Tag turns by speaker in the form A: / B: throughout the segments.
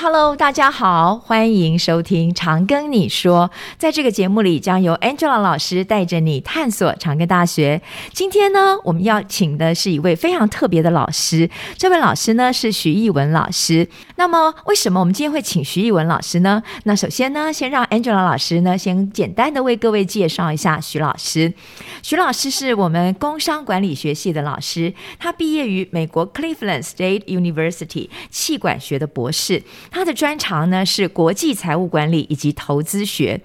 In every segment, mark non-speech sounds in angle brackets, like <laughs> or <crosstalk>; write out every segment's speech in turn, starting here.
A: Hello，大家好，欢迎收听《常跟你说》。在这个节目里，将由 Angela 老师带着你探索长庚大学。今天呢，我们要请的是一位非常特别的老师，这位老师呢是徐艺文老师。那么，为什么我们今天会请徐艺文老师呢？那首先呢，先让 Angela 老师呢先简单的为各位介绍一下徐老师。徐老师是我们工商管理学系的老师，他毕业于美国 Cleveland State University 气管学的博士。他的专长呢是国际财务管理以及投资学。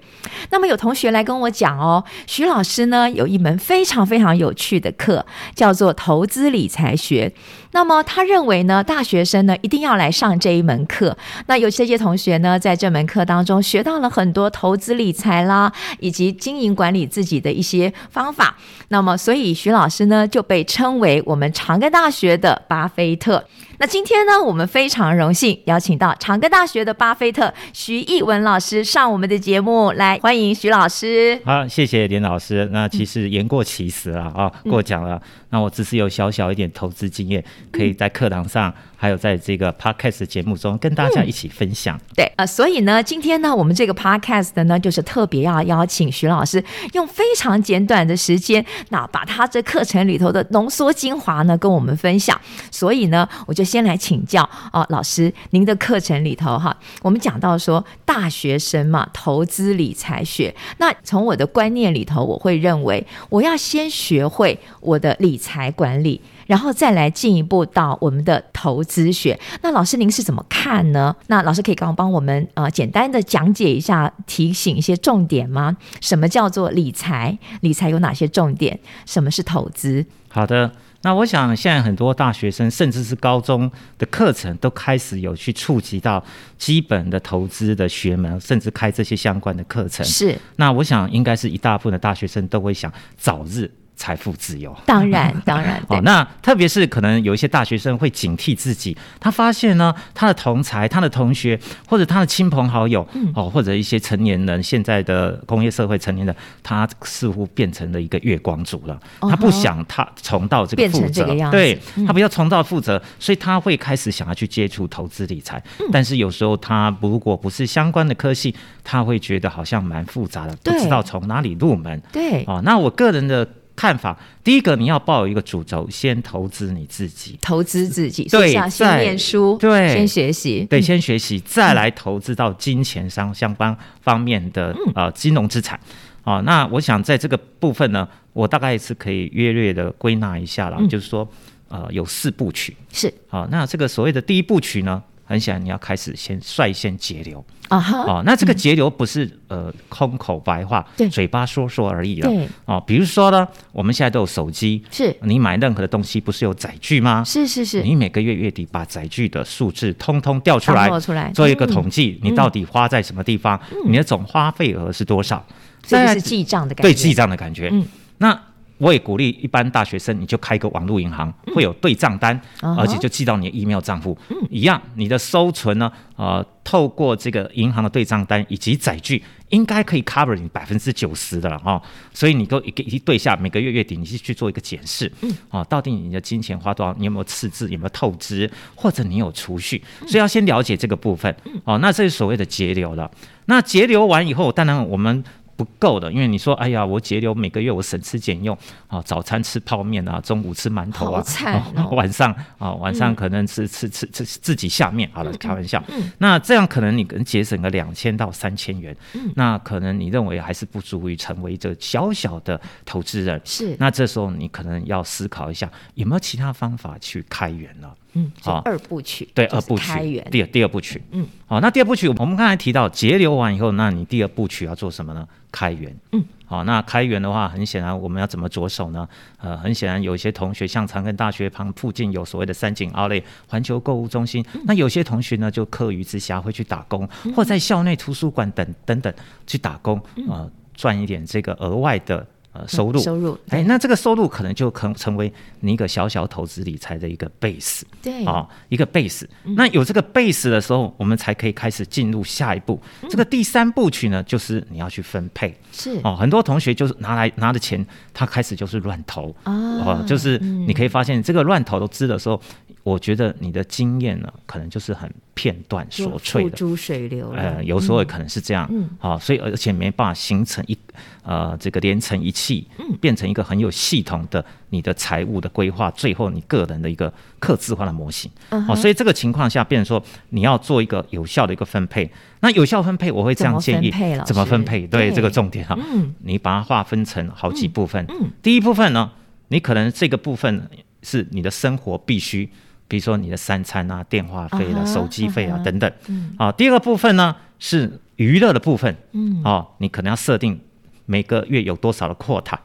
A: 那么有同学来跟我讲哦，徐老师呢有一门非常非常有趣的课，叫做投资理财学。那么他认为呢，大学生呢一定要来上这一门课。那有这些同学呢，在这门课当中学到了很多投资理财啦，以及经营管理自己的一些方法。那么，所以徐老师呢就被称为我们长庚大学的巴菲特。那今天呢，我们非常荣幸邀请到长庚大学的巴菲特徐艺文老师上我们的节目，来欢迎徐老师。
B: 好，谢谢连老师。那其实言过其实了啊，过奖了。那我只是有小小一点投资经验，可以在课堂上，还有在这个 podcast 节目中跟大家一起分享。
A: 对，呃，所以呢，今天呢，我们这个 podcast 呢，就是特别要邀请徐老师用非常简短的时间，那把他这课程里头的浓缩精华呢，跟我们分享。所以呢，我就先来请教哦、老师，您的课程里头哈，我们讲到说大学生嘛，投资理财学。那从我的观念里头，我会认为我要先学会我的理财管理。然后再来进一步到我们的投资学。那老师您是怎么看呢？那老师可以刚帮我们呃简单的讲解一下，提醒一些重点吗？什么叫做理财？理财有哪些重点？什么是投资？
B: 好的，那我想现在很多大学生，甚至是高中的课程，都开始有去触及到基本的投资的学门，甚至开这些相关的课程。
A: 是
B: 那我想应该是一大部分的大学生都会想早日财富自由。
A: 当
B: <laughs>
A: 然，当然
B: 哦
A: 对，，
B: 那特别是可能有一些大学生会警惕自己，他发现呢，他的同才、他的同学或者他的亲朋好友，
A: 嗯
B: 哦，或者一些成年人，现在的工业社会成年人，他似乎变成了一个月光族了，
A: 哦吼
B: 他不想他重蹈这个
A: 变成
B: 覆
A: 这
B: 辙，
A: 个样子嗯
B: 对他不要重蹈覆辙，所以他会开始想要去接触投资理财，
A: 嗯
B: 但是有时候他如果不是相关的科系，他会觉得好像蛮复杂的，不
A: 对
B: 知道从哪里入门。
A: 对，
B: 哦，那我个人的看法，第一个你要抱有一个主轴，先投资你自己，
A: 投资自己，所以是要先
B: 在
A: 念书，
B: 对
A: 先学习，
B: 对，先学习，
A: 嗯
B: 再来投资到金钱上相关方面的
A: 嗯
B: 呃金融资产。哦，那我想在这个部分呢，我大概是可以约略的归纳一下啦，
A: 嗯
B: 就是说，呃，有四部曲。
A: 是
B: 好、那这个所谓的第一部曲呢，很显然你要开始先率先节流。
A: 啊哈，
B: 哦，那这个节流不是呃空口白话
A: 对，
B: 嘴巴说说而已了
A: 对。
B: 哦，比如说呢，我们现在都有手机，
A: 是
B: 你买任何的东西不是有载具吗？
A: 是是是，
B: 你每个月月底把载具的数字通通调出来，
A: download 出来嗯
B: 做一个统计，你到底花在什么地方，你的总花费额是多少？
A: 这
B: 再
A: 个
B: 来
A: 是记账的感觉，
B: 对记账的感觉。
A: 嗯
B: 那我也鼓励一般大学生，你就开一个网络银行，会有对账单，
A: 嗯
B: 而且就寄到你的 email 账户。一样，你的收存呢，呃，透过这个银行的对账单以及载具，应该可以 cover 你百分之九十的了哦。所以你都一个一对下，每个月月底你去去做一个检视，
A: 嗯
B: 哦，到底你的金钱花多少，你有没有赤字，有没有透支，或者你有储蓄，所以要先了解这个部分。
A: 嗯
B: 哦，那这是所谓的节流了。那节流完以后，当然我们不够的，因为你说，哎呀，我节流每个月我省吃俭用啊，早餐吃泡面啊，中午吃馒头
A: 好
B: 啊，
A: 惨哦
B: 晚上啊，晚上可能吃、吃吃吃自己下面，好了，开玩笑。那这样可能你可能节省个两千到三千元，那可能你认为还是不足以成为这小小的投资人。
A: 是
B: 那这时候你可能要思考一下，有没有其他方法去开源了？
A: 嗯，是
B: 好
A: 二部曲，
B: 对，
A: 就是
B: 二部曲，
A: 开源，
B: 第二第二部曲，
A: 嗯，
B: 好、那第二部曲我们刚才提到节流完以后，那你第二部曲要做什么呢？开源，
A: 嗯，
B: 好、那开源的话，很显然我们要怎么着手呢？呃，很显然有一些同学像长庚大学旁附近有所谓的三井奥莱环球购物中
A: 嗯
B: 心，那有些同学呢就课余之下会去打工，或在校内图书馆等等等去打工，呃，赚一点这个额外的呃收入，
A: 嗯收入，
B: 哎，那这个收入可能就可能成为你一个小小投资理财的一个 base。
A: 对，
B: 啊、一个 base。那
A: 嗯
B: 有这个 base 的时候，我们才可以开始进入下一步。这个第三部曲呢，就是你要去分配
A: 嗯是
B: 哦。很多同学就是拿来拿的钱，他开始就是乱投
A: 啊嗯
B: 哦，就是你可以发现这个乱投资的时候。我觉得你的经验呢，可能就是很片段
A: 就
B: 琐
A: 付
B: 碎的。
A: 诸水流了。
B: 呃，有时候也可能是这样，
A: 嗯
B: 好、所以而且没办法形成一呃这个连成一气，
A: 嗯
B: 变成一个很有系统的你的财务的规划，最后你个人的一个客制化的模型，
A: 嗯
B: 哦，所以这个情况下，变成说你要做一个有效的一个分配。那有效分配，我会这样建议
A: 怎么分配老师
B: 怎么分配？对，
A: 对
B: 这个重点哈、
A: 嗯
B: 你把它划分成好几部分。
A: 嗯嗯
B: 第一部分呢，你可能这个部分是你的生活必须，比如说你的三餐啊、电话费
A: 啊哈
B: 啊、手机费
A: 啊
B: 啊
A: 哈
B: 等等。
A: 嗯
B: 啊，第二个部分呢是娱乐的部分。
A: 嗯
B: 哦，你可能要设定每个月有多少的 quota。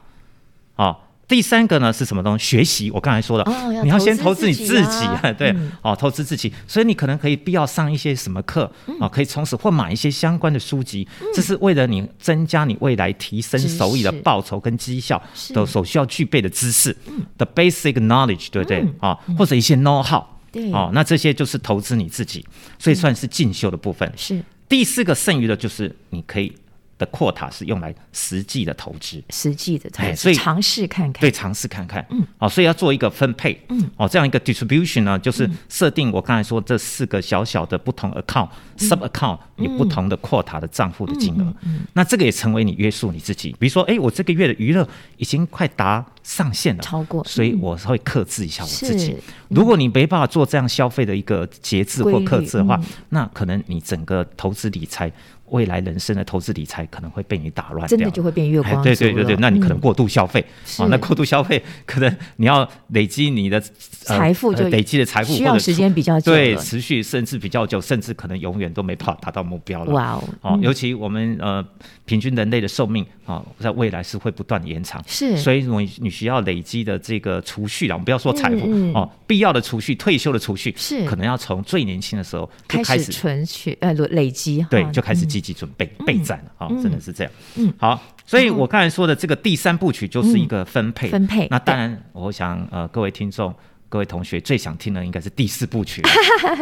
B: 哦，第三个呢是什么东西？学习，我刚才说了，
A: 哦要
B: 你要先
A: 投
B: 投
A: 资
B: 资你
A: 自己
B: 自
A: 啊
B: 己，对，
A: 嗯
B: 哦，投资自己，所以你可能可以必要上一些什么课
A: 嗯
B: 啊、哦，可以充实或买一些相关的书籍，这是为了你增加你未来提升
A: 知
B: 手艺的
A: 识
B: 报酬跟绩效
A: 是
B: 的所需要具备的知识的 basic knowledge，对不对
A: 嗯？
B: 啊、或者一些 know how，
A: 对嗯
B: 哦，那这些就是投资你自己，所以算是进修的部分。
A: 是
B: 第四个剩余的就是你可以的 quota 是用来实际的投资。
A: 实际的，
B: 哎所以
A: 尝试看看。
B: 对，尝试看看，嗯，哦，所以要做一个分配，嗯，哦，这样一个 distribution 呢，就是设定我刚才说这四个小小的不同 account、sub account 你不同的 quota 的账户的金额，那这个也成为你约束你自己。比如说，哎，我这个月的娱乐已经快达上限了，
A: 超过
B: 所以我会克制一下我自己
A: 嗯是。嗯
B: 如果你没办法做这样消费的一个节制
A: 规
B: 或
A: 律
B: 克制的话
A: 嗯，
B: 那可能你整个投资理财。未来人生的投资理财可能会被你打乱
A: 真
B: 掉，
A: 的就会变月光
B: 哎对对
A: 族
B: 对对
A: 了，
B: 那你可
A: 嗯
B: 能过度消费，
A: 是
B: 哦，那过度消费可能你要累积你的、呃
A: 财富就
B: 呃累积的财富，
A: 需要
B: 或者
A: 时间比较久
B: 对，
A: 了
B: 持续甚至比较久，甚至可能永远都没办法达到目标了。
A: 哇哦
B: 哦，尤其我们呃，平均人类的寿命啊、哦在未来是会不断延长，
A: 是
B: 所以你你需要累积的这个储蓄啊，我们不要说财富、
A: 嗯嗯
B: 哦，必要的储蓄、退休的储蓄
A: 是
B: 可能要从最年轻的时候就
A: 开
B: 开
A: 始
B: 始
A: 存取呃累积哈，
B: 对，就开始
A: 嗯
B: 积极准备备战了啊、真的是这样。
A: 嗯
B: 好，所以我刚才说的这个第三部曲就是一个分配，
A: 嗯分配
B: 那当然，我想呃，各位听众。各位同学最想听的应该是第四
A: <laughs>
B: 部曲了，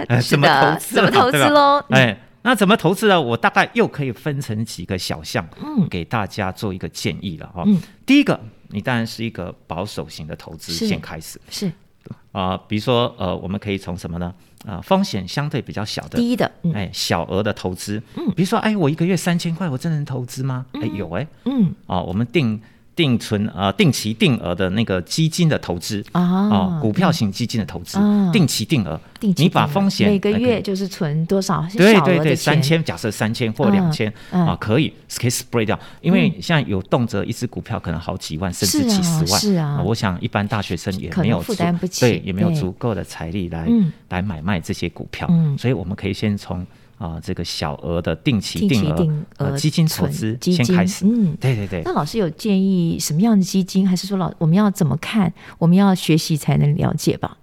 B: 呃
A: 是
B: 怎么
A: 的
B: 投资
A: 怎么
B: 了
A: 投资
B: 对吧
A: 咯嗯
B: 哎，那怎么投资呢？我大概又可以分成几个小项，
A: 嗯
B: 给大家做一个建议了哈、第一个，你当然是一个保守型的投资
A: 是
B: 先开始
A: 是
B: 啊、比如说呃，我们可以从什么呢？啊、风险相对比较小的，
A: 低的，嗯
B: 哎，小额的投资，比如说，哎，我一个月三千块，我真能投资吗？哎，有哎，
A: 嗯
B: 哦，我们定定存呃定期定额的那个基金的投资
A: 啊
B: 哦，股票型基金的投资
A: 啊，
B: 定期定额
A: 定，期
B: 你把
A: 定额
B: 风险
A: 每个
B: 哎可以
A: 月就是存多少是
B: 对
A: 小
B: 对
A: 额
B: 对，
A: 的
B: 三
A: 钱，
B: 千，假设三千或
A: 嗯
B: 两千
A: 嗯
B: 啊，可以可以 spread 掉，因为现在有动辄一只股票可能好几万，甚至
A: 是啊
B: 几十万，
A: 是啊
B: 我想一般大学生也
A: 可能
B: 没有
A: 负
B: 足
A: 担不起
B: 对，也没有
A: 对
B: 足够的财力来
A: 嗯
B: 来买卖这些股票
A: 嗯，
B: 所以我们可以先从。啊、这个小额的定期
A: 定期
B: 定额
A: 定
B: 呃
A: 额
B: 基金投
A: 存
B: 资
A: 基
B: 先
A: 金
B: 开始，
A: 嗯
B: 对对对，
A: 那老师有建议什么样的基金，还是说老我们要怎么看，我们要学习才能了解吧？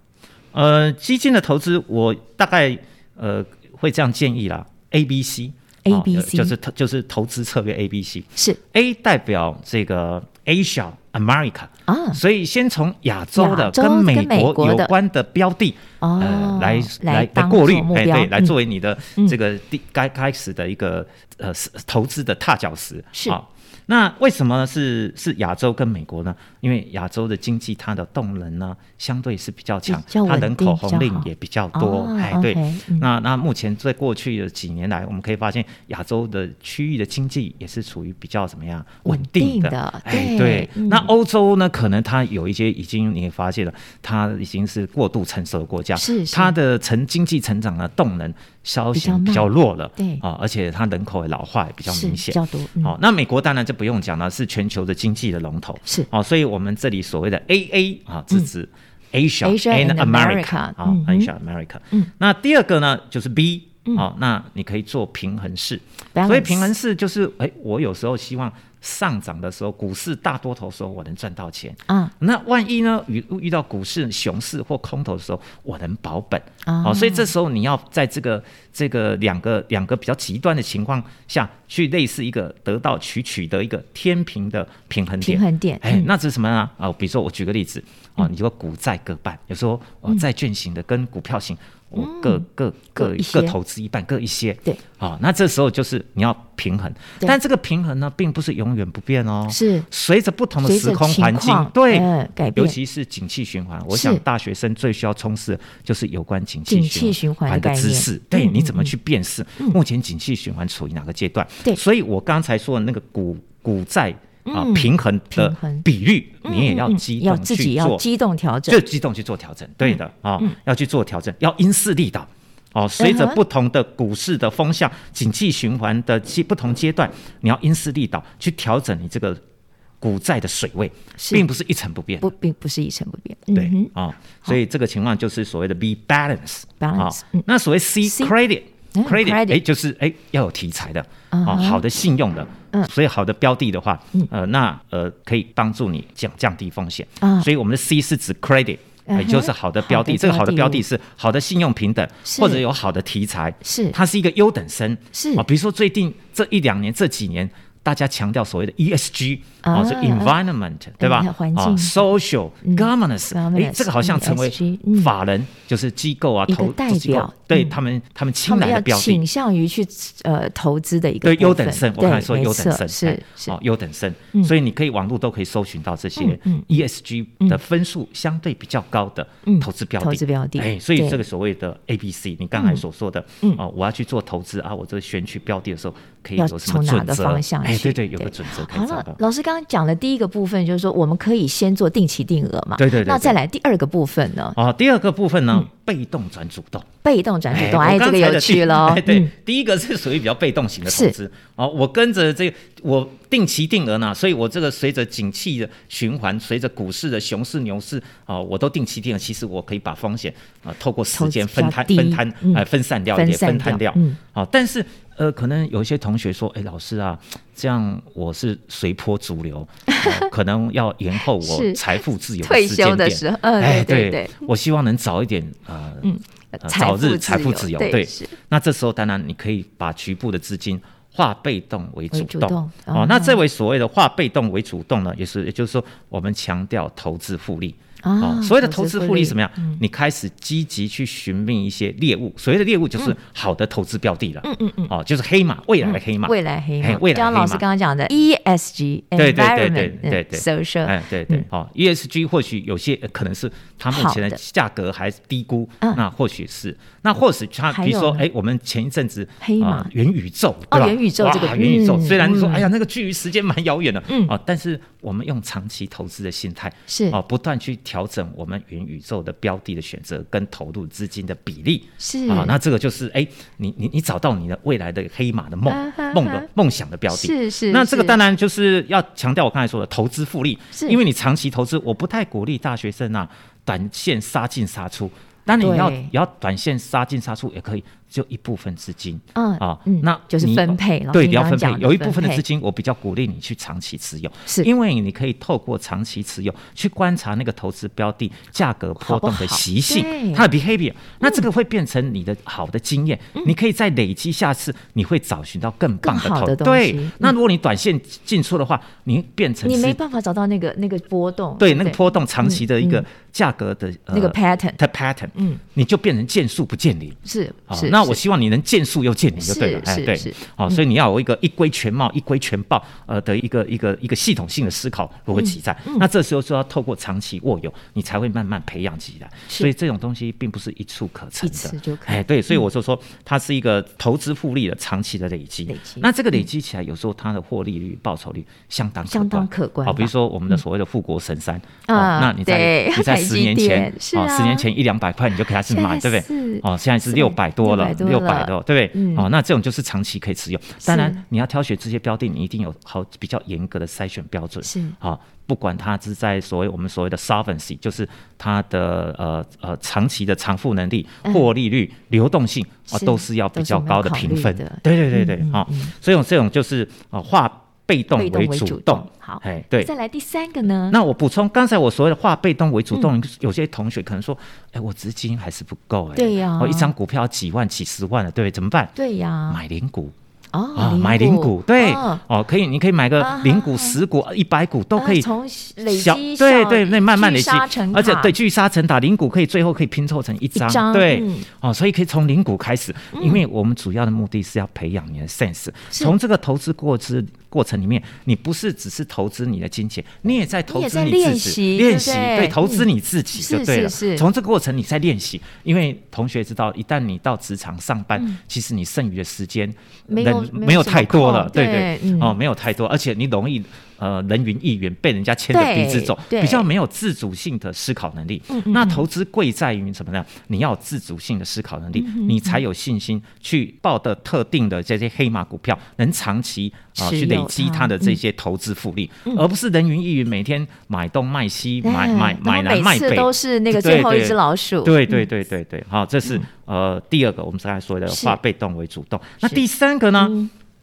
B: 呃，基金的投资我大概呃会这样建议啦，A、B、C。
A: A B C
B: 哦、就是投就是投资策略 A B C
A: 是
B: A 代表这个 Asia America，、
A: 啊
B: 所以先从亚洲
A: 亚
B: 的
A: 洲
B: 跟
A: 跟
B: 美
A: 美国
B: 国有
A: 的
B: 关的标的，
A: 哦
B: 呃，来来来
A: 当
B: 过滤
A: 做，目
B: 哎，
A: 标
B: 对，来
A: 嗯
B: 作为你的这个第该开始的一个呃是投资的踏脚石。
A: 是
B: 好那为什么是是亚洲跟美国呢？因为亚洲的经济它的动能呢相对是比较强
A: 比较，
B: 它
A: 稳
B: 人
A: 定
B: 口
A: 比较
B: 红利
A: 好
B: 也比较多
A: 哦。
B: 哎，对
A: OK，嗯，
B: 那那目前在过去的几年来，我们可以发现亚洲的区域的经济也是处于比较怎么样
A: 稳
B: 稳定
A: 定的
B: 哎，
A: 对
B: 对。
A: 嗯
B: 那欧洲呢，可能它有一些已经你也发现了，它已经是过度成熟的国家，
A: 是是
B: 它的成经济成长的动能稍显
A: 比
B: 比
A: 较
B: 较
A: 慢
B: 弱了，
A: 对
B: 啊，而且它人口也老化也比较
A: 是
B: 明
A: 比
B: 显，
A: 较多，嗯
B: 好、那美国当然就不用讲了，是全球的经济的龙头。
A: 是嗯
B: 哦，所以我们这里所谓的 AA 啊，是指 Asia
A: Asia
B: and
A: and America，
B: America 啊、
A: 嗯哼
B: a s i a America。
A: 嗯
B: 那第二个呢，就是 B。哦，那你可以做平衡式，所
A: Balance
B: 以平衡式就是，哎，我有时候希望上涨的时候，股市大多头的时候，我能赚到钱。
A: 啊，
B: 那万一呢，遇遇到股市熊市或空头的时候，我能保本。
A: 啊
B: 好、所以这时候你要在这个这个两个两个比较极端的情况下去类似一个得到取取得一个天平的平衡点。
A: 平衡点嗯
B: 哎，那这是什么呢？哦啊、比如说我举个例子，哦，你说股债各半，有时候哦，债券型的跟股票型。我各各
A: 嗯各
B: 各
A: 一些
B: 各投资一半，各一些。
A: 对，
B: 好，那这时候就是你要平衡，
A: 对
B: 但这个平衡呢，并不是永远不变哦。
A: 是
B: 随着不同的
A: 随
B: 时
A: 着
B: 空
A: 情
B: 环境
A: 况，
B: 对，
A: 嗯改变
B: 尤其是景气循环，我
A: 是
B: 想大学生最需要充实的就是有关景
A: 景
B: 气
A: 气循环的
B: 的
A: 概
B: 知
A: 念
B: 识，对，
A: 嗯
B: 你
A: 嗯
B: 怎么去辨识目前景气循环处于哪个阶段？
A: 对
B: 所以我刚才说的那个股股债啊
A: 嗯
B: 平衡
A: 平
B: 的
A: 衡
B: 比率，你也要
A: 嗯嗯
B: 激
A: 要
B: 动
A: 自己
B: 去
A: 要
B: 做
A: 机动调整嗯
B: 就，机动去做调整，对的啊、要去做调整，要因势利导。哦，随着
A: 嗯哼
B: 不同的股市的风向、景气循环的阶不同阶段，你要因势利导去调整你这个股债的水位，
A: 是
B: 并不是一成不变。
A: 不并不是一成不变。
B: 对
A: 嗯哼，
B: 啊、哦，所以这个情况就是所谓的 B balance 啊
A: Balance，嗯
B: 那所谓 C
A: C
B: credit
A: 嗯
B: credit
A: credit
B: 哎，就是哎要有题材的啊、
A: 嗯
B: 哦
A: 哼
B: 好的信用的，
A: 嗯
B: 所以好的标的的话，呃，那呃可以帮助你降降低风险
A: 啊
B: 所以我们的 C 是指 credit。
A: 嗯
B: 也
A: 哼
B: 就是好的标
A: 好
B: 的，
A: 的
B: 这个好的
A: 标
B: 标
A: 的
B: 的是好的信用平等，
A: 是
B: 或者有好的题材，
A: 是
B: 它是一个优等生，
A: 是
B: 啊、比如说最近这一两年这几年，大家强调所谓的 ESG
A: 啊
B: 哦，是 environment 对吧
A: 嗯？环境
B: 啊 social
A: 嗯
B: governance，
A: governance，
B: 哎，这个好像成为
A: ESG 嗯
B: 法人，就是机构啊，
A: 一个
B: 投
A: 代
B: 资机构
A: 表
B: 对
A: 嗯
B: 他们他们青
A: 他们
B: 睐
A: 要
B: 的标的
A: 倾，向于去呃投资的一个
B: 对
A: 部分
B: 优等生，我刚才
A: 对
B: 说
A: 没
B: 优等
A: 错
B: 生
A: 是
B: 哎
A: 是
B: 哦，优等生
A: 嗯，
B: 所以你可以网络都可以搜寻到这些
A: 嗯
B: ESG 的分数相对比较高的
A: 嗯
B: 投资标的，
A: 投资标的
B: 哎，所以
A: 对
B: 这个所谓的 A、B、C，你刚才所说的
A: 嗯
B: 哦，我要去做投资啊，我这选取标的的时候可以
A: 要
B: 有什么
A: 从哪
B: 准
A: 个
B: 则？
A: 方向
B: 哎，
A: 去
B: 对对，有个
A: 对
B: 准则可
A: 好
B: 以找
A: 了
B: 到，。
A: 老师刚刚讲的第一个部分就是说，我们可以先做定期定额嘛。
B: 对对对
A: 那
B: 对
A: 再来第二个部分呢？
B: 哦，第二个部分
A: 嗯
B: 呢，被动转主动。
A: 被动转主动，
B: 我
A: 哎，这
B: 刚
A: 个
B: 才
A: 有
B: 的
A: 趣
B: 第
A: 了。
B: <laughs> 哎对
A: 嗯，，
B: 第一个是属于比较被动型的投
A: 是
B: 资哦，我跟着这个我定期定额呢，所以我这个随着景气的循环，随着股市的熊市牛市啊、哦我都定期定额。其实我可以把风险啊、透过时间
A: 投资比较
B: 分摊
A: 低
B: 分摊
A: 嗯
B: 呃分散掉一
A: 分
B: 点，
A: 散
B: 分摊
A: 掉
B: 掉。
A: 嗯，
B: 好、但是呃，可能有一些同学说，哎，老师啊，这样我是随波逐流，
A: <laughs>
B: 哦可能要延后
A: 是
B: 我财富自由
A: 退
B: 时间
A: 休的
B: 点
A: 时候嗯
B: 哎，
A: 对对
B: 对
A: 对，嗯
B: 我希望能早一点呃。呃
A: 财
B: 早
A: 富
B: 日财富
A: 自
B: 自
A: 由
B: 由。
A: 对
B: 对
A: 是，
B: 那这时候当然你可以把局部的资金化被动为主
A: 为主
B: 动。
A: 动
B: 哦
A: 嗯，
B: 那这位所谓的化被动为主动呢，也是也就是说我们强调投资复利。哦
A: 啊，
B: 所谓的投资复利
A: 什
B: 怎么样？你开始积极去寻觅一些猎物，所谓的猎物就是好的投资标的了。嗯嗯嗯。哦，就是黑马，未来的黑马。
A: 未来黑马，
B: 哎未来
A: 就像
B: 黑
A: 老师
B: 马
A: 刚刚讲的 ESG，
B: 对对对对
A: environment，嗯
B: 对对
A: ，social，嗯
B: 哎，对对，哦，ESG 或许有些呃可能是它目前
A: 好
B: 的
A: 的
B: 价格还低估，
A: 嗯
B: 那或许是，那或许它
A: 还
B: 比如
A: 有
B: 说，
A: 呢
B: 哎，我们前一阵子
A: 黑马哦
B: 啊元宇宙，对吧
A: 元宇宙
B: 哇
A: 这个
B: 元宇宙，
A: 嗯
B: 虽然你说
A: 嗯
B: 哎呀那个距离时间蛮遥远的，
A: 嗯
B: 啊，但是我们用长期投资的心态
A: 是
B: 啊，不断去调整我们元宇宙的标的的选择跟投入资金的比例。
A: 是
B: 啊，那这个就是哎，你你你找到你的未来的黑马的梦
A: 啊哈
B: 梦
A: 哈
B: 的梦想的标的，
A: 是是
B: 那这个
A: 是
B: 当然就是要强调我刚才说的投资复利
A: 是，
B: 因为你长期投资，我不太鼓励大学生啊短线杀进杀出。当然你要
A: 对
B: 也要短线杀进杀出也可以，就一部分资金。
A: 嗯
B: 啊
A: 嗯，
B: 那
A: 就是
B: 你
A: 分配老师
B: 对，
A: 你
B: 你要
A: 刚
B: 分
A: 刚
B: 配
A: 讲。的
B: 有一部分的
A: 分配
B: 资金，我比较鼓励你去长期持有，
A: 是
B: 因为你可以透过长期持有去观察那个投资标的价格波动
A: 好不
B: 的
A: 好
B: 习性
A: 对，嗯
B: 它的 behavior，那这个会变成你的好的经验，你可以再累积，下次你会找寻到更棒
A: 更好
B: 投
A: 的
B: 资。
A: 东西
B: 对
A: 嗯，
B: 那如果你短线进出的话，你变成
A: 你
B: 是
A: 没办法找到那个那个波动，
B: 对
A: 不
B: 那个波动长期的一
A: 嗯
B: 个价格的呃
A: 那个 pattern
B: 的 pattern，
A: 嗯
B: 嗯，你就变成见树不见林。
A: 是
B: 好
A: 是，
B: 啊那我
A: 是
B: 希望你能见树又见林就对了，
A: 是
B: 哎，
A: 是
B: 对
A: 是，嗯
B: 哦，所以你要有一个一规全貌、一规全报，呃的一个一个一个系统性的思考逻辑在。
A: 嗯
B: 那这时候就要透过长期握有，你才会慢慢培养起来。
A: 是
B: 所以这种东西并不是一触可成
A: 一次
B: 的，
A: 就可以嗯
B: 哎，对，所以我就说它是一个投资复利的长期的累积。
A: 累积
B: 那这个累积起来，有时候它的获利率、报酬率相当
A: 相当可观
B: 好，
A: 吧
B: 比如说我们的所谓的富国神山，
A: 啊
B: 哦，那你在
A: 对
B: 你在
A: 台
B: 十
A: 积
B: 年
A: 电
B: 前，
A: 是
B: 哦，
A: 啊
B: 十年前一两百块你就给它去买，
A: 现在
B: 对不
A: 是
B: 对？哦，现在是
A: 是
B: 六百多了，
A: 600多
B: 六
A: 了
B: 百多，对不对？
A: 嗯
B: 哦，那这种就是长期可以持有。当
A: 是
B: 然，你要挑选这些标的，你一定有好比较严格的筛选标准。
A: 是
B: 啊、不管它是在所谓我们所谓的 solvency，就是它的呃呃长期的偿付能力、获利率、流动性啊、
A: 嗯是
B: 都是要比较高的评分
A: 都是我们要考虑的。嗯
B: 对对对对，啊、所以这种就是啊、呃化被动
A: 被动
B: 为
A: 为主
B: 主
A: 动好
B: 哎，对，
A: 再来第三个呢？
B: 那我补充，刚才我所谓的化被动为主
A: 嗯
B: 动，有些同学可能说，哎，我资金还是不够，哎，
A: 对呀
B: 我一张股票几万、几十万了，对不对？怎么办？
A: 对呀，
B: 买零股。啊
A: 哦
B: 买零股，对，
A: 哦
B: 哦，可以，你可以买个
A: 啊
B: 零股、十股、一百股都可以
A: 呃，从累
B: 小
A: 积
B: 对
A: 小
B: 对，那慢慢累积
A: 聚沙成，塔
B: 而且对聚沙成塔，零股可以最后可以拼凑成一张，
A: 一张
B: 对、
A: 嗯
B: 哦，所以可以从零股开始，因为我们主要的目的是要培养你的 sense，
A: 是
B: 从这个投资过之过程里面，你不是只是投资你的金钱，你也在投资
A: 你也在
B: 自
A: 练习对
B: 己，
A: 不
B: 练习
A: 对
B: 对，投资
A: 嗯
B: 你自己
A: 是
B: 就对了。
A: 是是
B: 从这个过程你在练习，因为同学知道，一旦你到职场上班，其实你剩余的时间
A: 嗯没有
B: 人
A: 没有
B: 没有
A: 什么
B: 太多了，
A: 空
B: 对
A: 对
B: 对
A: 嗯
B: 哦，没有太多，而且你容易呃人云亦云，被人家牵着
A: 对
B: 鼻子走，
A: 对嗯
B: 比较没有自主性的思考能力。那投资贵在于什么呢？你要有自主性的思考能力，
A: 嗯
B: 你才有信心去报的特定的这些黑马股票，能长期啊、
A: 持有
B: 去累积
A: 它嗯
B: 它的这些投资复利，而不是人云亦云，每天买东卖西，买买
A: 哎
B: 买
A: 然后
B: 南卖
A: 每次
B: 北。
A: 都是那个
B: 对
A: 最后一
B: 对
A: 只老鼠，
B: 对对对对对，好，这是呃第二个我们刚才说的
A: 嗯是
B: 化被动为主动。那
A: 是嗯
B: 第三个呢？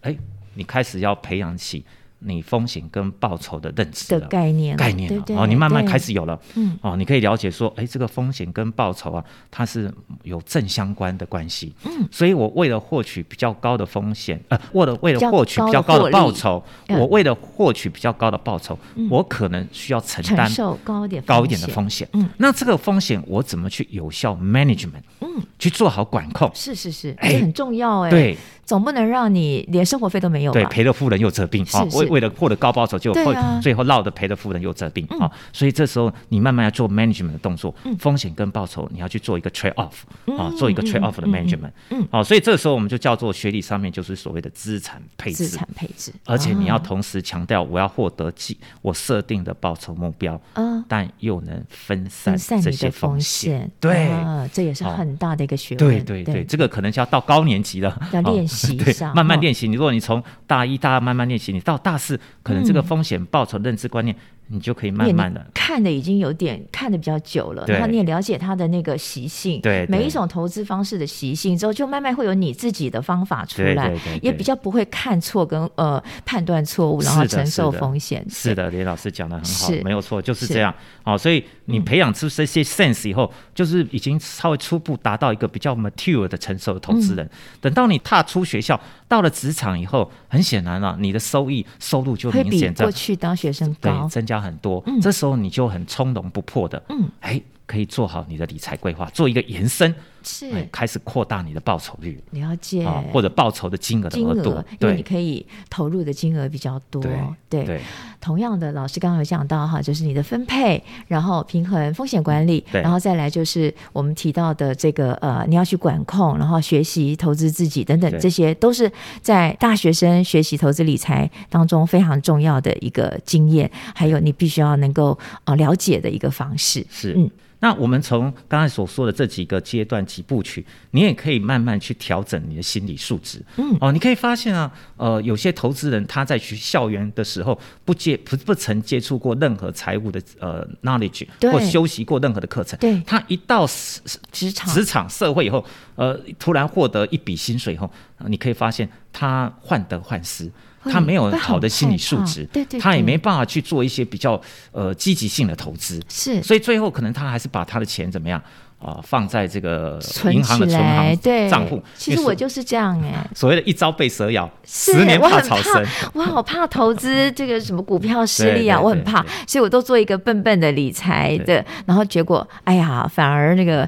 B: 哎，你开始要培养起你风险跟报酬的认知
A: 的
B: 了。
A: 概念
B: 概念
A: 对
B: 了
A: 不对
B: 哦，你慢慢
A: 对
B: 开始有了，
A: 嗯，
B: 哦，你可以了解说，哎，这个风险跟报酬啊，它是有正相关的关系，嗯，所以我为了获取比较高的风险，呃，为了为
A: 比较
B: 了获取比较
A: 高
B: 高
A: 的
B: 的报
A: 获利
B: 酬，
A: 嗯
B: 我为了获取比较高的报酬，我可能需要承
A: 承
B: 担
A: 受高一点
B: 高一点的风险。
A: 嗯，
B: 那这个风险我怎么去有效 management？嗯，去做好管控。
A: 是是是，
B: 哎
A: 这很重要哎、
B: 对
A: 总不能让你连生活费都没有吧？
B: 对，赔了夫人又折兵
A: 是
B: 啊！
A: 是
B: 为为了获得高报酬，就
A: 对
B: 会
A: 啊嗯
B: 最后落得赔了夫人又折兵啊！所以这时候你慢慢要做 management 的动作，风险跟报酬你要去做一个 trade
A: 嗯
B: off 啊，做一个 trade off 的 management。嗯，好，所以这时候我们就叫做学历上面就是所谓的资产配
A: 资
B: 置。
A: 产配置，
B: 而且你要
A: 啊
B: 同时强调，我要获得既我设定的报酬目标，
A: 嗯
B: 但又能分散
A: 分散
B: 这
A: 你
B: 些
A: 的
B: 风
A: 风
B: 险。
A: 险，
B: 对
A: 啊，这也是很大的一个学问。
B: 对对对，这个可能就要到高年级了，
A: 要
B: 哦
A: 练习一
B: <laughs> 对
A: 下
B: 慢慢
A: 哦
B: 练习。你如果你从大一、大二慢慢练习，你到大四，可能这个
A: 嗯
B: 风险报酬认知观念，你就可以慢
A: 你
B: 慢的。
A: 看的已经有点看的比较久了，
B: 对
A: 然后你也了解它的那个习性，
B: 对对
A: 每一种投资方式的习性之后，就慢慢会有你自己的方法出
B: 对
A: 来，
B: 对对对
A: 也比较不会看错跟呃判断错误，
B: 是的
A: 然后承受
B: 是的
A: 风险。
B: 是的，连老师讲的很好
A: 是，
B: 没有错，就是
A: 是嗯
B: 这样。好、所以你培养出这些 sense 以后，就是已经稍微初步达到一个比较 mature 的成熟的投
A: 嗯
B: 资人。等到你踏出学校，到了职场以后，很显然了、啊你的收益收入就
A: 会
B: 明
A: 比
B: 显在
A: 过去当学生
B: 对
A: 高，嗯
B: 增加很多。这时候你就很从容不迫的，嗯，哎，可以做好你的理财规划，做一个延伸，
A: 是
B: 哎开始扩大你的报酬率
A: 了解。
B: 啊，或者报酬的金额的
A: 金
B: 额度
A: 额，，因为你
B: 对
A: 可以投入的金额比较多，
B: 对对
A: 同样的，老师刚刚有讲到哈，就是你的分配，然后平衡风险管理，
B: 对
A: 然后再来就是我们提到的这个呃，你要去管控，然后学习投资自己等等，
B: 对
A: 这些都是在大学生学习投资理财当中非常重要的一个经验，还有你必须要能够呃了解的一个方式。
B: 是。
A: 嗯
B: 那我们从刚才所说的这几个阶段几部曲，你也可以慢慢去调整你的心理素质。嗯，哦，你可以发现啊，呃，有些投资人他在去校园的时候不接不不曾接触过任何财务的呃 knowledge
A: 对
B: 或修习过任何的课程，
A: 对
B: 他一到实
A: 职场
B: 职场社会以后，呃，突然获得一笔薪水以后，呃你可以发现他患得患失，
A: 会
B: 他没有
A: 会很
B: 好的心理
A: 害
B: 素
A: 怕
B: 质，
A: 对对
B: 他也
A: 对
B: 没办法去做一些比较呃积极性的投资，
A: 是
B: 所以最后可能他还是把他的钱怎么样啊、放在这个
A: 存
B: 银行
A: 起
B: 的存
A: 来，对
B: 行账户。
A: 其
B: 因
A: 实
B: 为
A: 我
B: 所
A: 就是这样哎、
B: 所谓的一朝被蛇咬，
A: 是
B: 十年
A: 我很
B: 怕草绳。
A: 我好怕投资
B: <laughs>
A: 这个什么股票失利啊，
B: 对对
A: 我很怕
B: 对，
A: 所以我都做一个笨笨的理财的
B: 对，
A: 然后结果哎呀，反而那个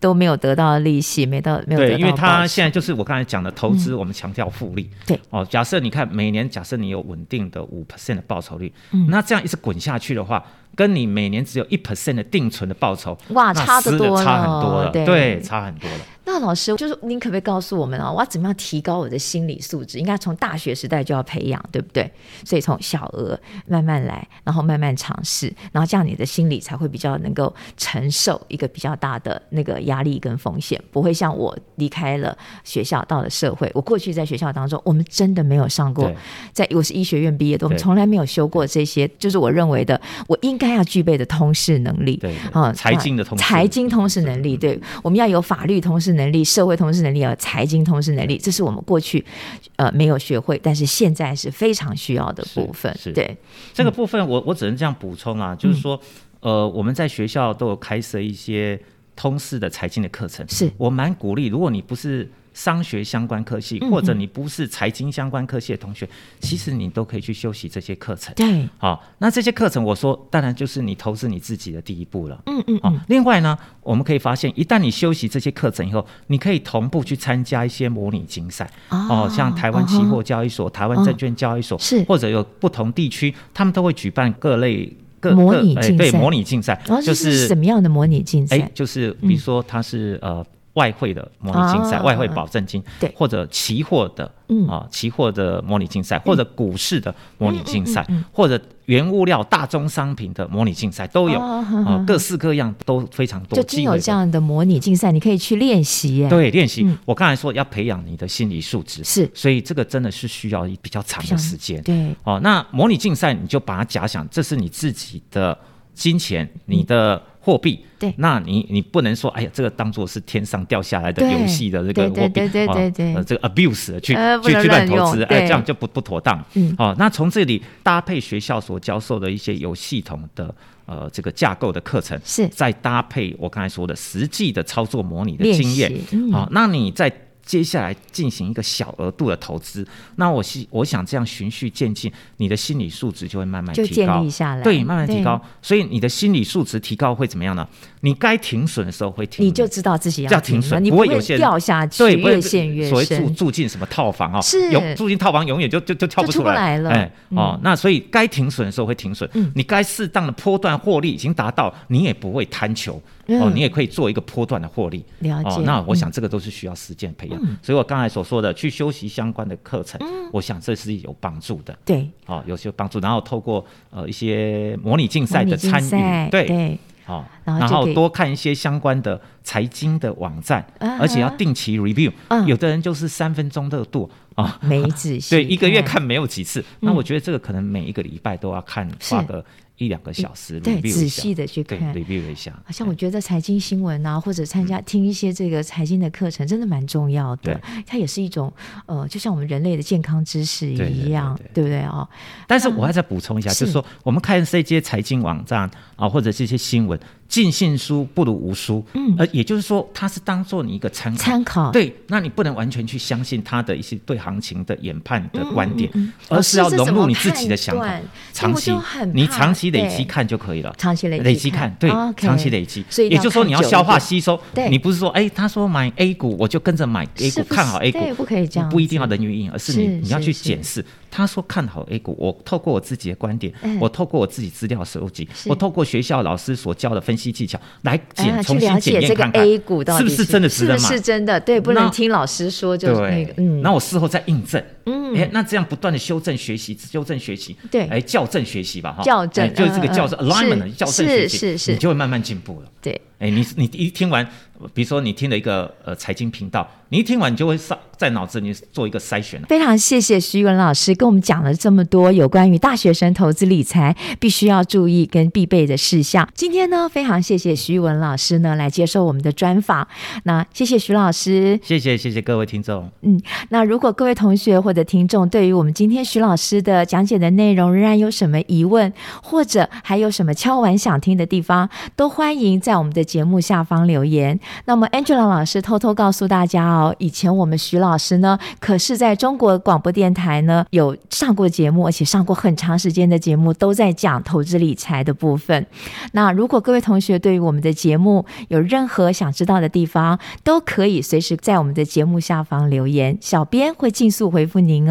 A: 都没有得到利息，没到没有得到
B: 对，因为
A: 报
B: 他
A: 酬嗯
B: 现在就是我刚才讲的投资，我们强调复利。
A: 对
B: 哦，假设你看每年，假设你有稳定的五 percent 的报酬率，
A: 嗯
B: 那这样一直滚下去的话，跟你每年只有一 percent 的定存的报酬，
A: 哇
B: 那
A: 差得
B: 撕
A: 多
B: 差很
A: 了
B: 多了，
A: 对
B: 对，差很多了。
A: 那老师就是您可不可以告诉我们啊，我要怎么样提高我的心理素质？应该从大学时代就要培养，对不对？所以从小额慢慢来，然后慢慢尝试，然后这样你的心理才会比较能够承受一个比较大的那个压力跟风险，不会像我离开了学校到了社会，我过去在学校当中，我们真的没有上过
B: 对，
A: 在我是医学院毕业的，我们
B: 对
A: 从来没有修过这些，就是我认为的我应该要具备的通识能力，
B: 对对
A: 啊，
B: 财经的通识
A: 财经通识能力，对，我们要有法律通识能力、社会通识能力和财经通识能力，这是我们过去呃没有学会，但是现在是非常需要的部分
B: 是。是
A: 对，
B: 这个
A: 嗯
B: 部分我我只能这样补充啦，就是说，呃，我们在学校都有开设一些通识的财经的课程，
A: 是
B: 我蛮鼓励，如果你不是商学相关科系，
A: 嗯
B: 或者你不是财经相关科系的同学，其实你都可以去修习这些课程。
A: 对，
B: 好、那这些课程，我说当然就是你投资你自己的第一步了。
A: 嗯嗯
B: 哦，另外呢，我们可以发现，一旦你休息这些课程以后，你可以同步去参加一些模拟竞赛
A: 哦
B: 像台湾期货交易所、台湾证券交易所，
A: 嗯是
B: 或者有不同地区，他们都会举办各类各
A: 模
B: 各
A: 拟
B: 哎
A: 竞
B: 对
A: 赛
B: 模拟竞赛
A: 然，后
B: 就
A: 哦这
B: 是
A: 是什么样的模拟竞赛
B: 哎，？就是比如说它是、呃外汇的模拟竞
A: 嗯
B: 赛，
A: 啊
B: 外汇保证金，
A: 对
B: 或者期货的，
A: 嗯
B: 啊、期货的模拟竞赛，或者股市的模拟竞赛，
A: 嗯嗯嗯
B: 或者原物料、大宗商品的模拟竞赛都有，哦
A: 哦
B: 啊、
A: 哼 <laughs> 哼
B: 各式各样都非常多
A: 就，经有
B: 味
A: 这样的模拟竞赛，你可以去练习耶。
B: 对，练习、
A: 嗯
B: 我刚才说要培养你的心理素质，
A: 是
B: 所以这个真的是需要一比较长的时间。
A: 对，
B: 哦，那模拟竞赛你就把它假想，这是你自己的金钱，你的货币。
A: 对
B: 那你你不能说，哎呀，这个当做是天上掉下来的
A: 对
B: 游戏的这个
A: 对
B: 货币，
A: 对对对对对
B: 呃，这个 abuse 去、
A: 呃不
B: 去
A: 能
B: 去乱
A: 乱
B: 投资，
A: 用
B: 哎，
A: 对
B: 这样就不不妥当。
A: 嗯
B: 哦，那从这里搭配学校所教授的一些有系统的呃这个架构的课程，
A: 是
B: 再搭配我刚才说的实际的操作模拟的
A: 练
B: 经验
A: 习，嗯
B: 好、那你在接下来进行一个小额度的投资，那我希我想这样循序渐进，你的心理素质就会慢慢
A: 就
B: 提高
A: 建立下来
B: 对，慢慢提
A: 对
B: 高。所以你的心理素质提高会怎么样呢？你该停损的时候会停，
A: 你就知道自己
B: 要
A: 要
B: 停
A: 了
B: 损，
A: 你
B: 不
A: 会
B: 会有些人
A: 掉下去，
B: 对，不会
A: 越陷越
B: 所谓住
A: 深。
B: 住进什么套房哦，
A: 是
B: 永住进套房永远就就就跳不
A: 就出
B: 出
A: 不来了嗯
B: 哎哦，那所以该停损的时候会停损，你该适当的波段获利已经达到，你也不会贪求哦，
A: 嗯
B: 你也可以做一个波段的获利。
A: 了解嗯
B: 哦，那我想这个都是需要实践培养，所以我刚才所说的去修习相关的课程，
A: 嗯
B: 我想这是有帮助的。
A: 对，
B: 哦，有些帮助，然后透过呃一些模拟竞赛
A: 模
B: 的
A: 拟竞
B: 参
A: 赛
B: 与，
A: 对，
B: 哦，
A: 然后
B: 然
A: 就
B: 后
A: 可以
B: 多看一些相关的财经的网站，
A: 啊哈
B: 而且要定期 review、
A: 嗯
B: 有的人就是三分钟热度啊， <laughs>
A: 没仔细
B: 对，一个月看没有几次。那我觉得这个可能每一个礼拜都要看，
A: 嗯是
B: 花个一两个小时
A: 对
B: review 一
A: 仔
B: 下
A: 细的去
B: 对嗯
A: 看嗯
B: review 一下。
A: 好像我觉得财经新闻啊，或者参加听一些这个财经的课程，真的蛮重要的
B: 对。
A: 它也是一种呃，就像我们人类的健康知识
B: 对对
A: 一
B: 对
A: 样，对不对哦？
B: 但是我还再补充一下，
A: 嗯
B: 就是说我们看这些财经网站啊，或者这些新闻，尽信书不如无书。嗯，呃，也就是说，它是当做你一个参考。
A: 参考
B: 嗯对，那你不能完全去相信他的一些对行情的研判的观点，
A: 老
B: 而
A: 师
B: 是要
A: 这
B: 融
A: 怎
B: 入
A: 么
B: 你自己
A: 判
B: 的想法
A: 断。所以
B: 长
A: 我
B: 期
A: 就很，
B: 你
A: 怕
B: 长期累积
A: 对
B: 看就可以了。
A: 长期累积
B: 累积
A: 看
B: 看，对
A: OK
B: 长期累积，
A: 所以一定
B: 也
A: 要
B: 就是说
A: 看
B: 你要
A: 久一
B: 消化
A: 点
B: 吸收，
A: 对
B: 你不是说哎，他说买 A 股我就跟着买 A
A: 是
B: 股，
A: 不
B: 看好
A: 是
B: A 股
A: 对，不可以这样
B: 不一定要人云亦云，而是你
A: 是
B: 你要
A: 是
B: 去
A: 是
B: 检视。他说看好 A 股，我透过我自己的观点
A: 嗯，
B: 我透过我自己资料收集，
A: 是
B: 我透过学校老师所教的分析技巧来
A: 啊
B: 检
A: 去
B: 重
A: 了
B: 新
A: 解
B: 检
A: 这
B: 验
A: 个
B: 看看
A: A 股到
B: 是
A: 底
B: 不是真的值得
A: 是
B: 买
A: 不是。真的？对，不能
B: 那
A: 听老师说就是那个
B: 对，
A: 嗯，
B: 那我事后再印证，
A: 嗯
B: 哎，那这样不断的修正学习，修正学习，
A: 对
B: 哎，校正学习吧，哈，
A: 校正
B: 哎就是这个
A: 嗯嗯
B: 校正
A: 嗯
B: alignment，
A: 是
B: 校正学
A: 是
B: 习，
A: 是是
B: 你就会慢慢进步了。
A: 对，
B: 哎，你你一听完，比如说你听了一个呃财经频道，你一听完你就会上在脑子里做一个筛选了。
A: 非常谢谢徐文老师跟我们讲了这么多有关于大学生投资理财必须要注意跟必备的事项。今天呢，非常谢谢徐文老师呢来接受我们的专访。那谢谢徐老师。
B: 谢谢谢谢各位听众。
A: 那如果各位同学或者听众对于我们今天徐老师的讲解的内容仍然有什么疑问，或者还有什么敲完想听的地方，都欢迎在我们的节目下方留言。那么 Angela 老师偷偷告诉大家哦，以前我们徐老师呢，可是在中国广播电台呢有上过节目，而且上过很长时间的节目，都在讲投资理财的部分。那如果各位同学对于我们的节目有任何想知道的地方，都可以随时在我们的节目下方留言，小编会尽速回复您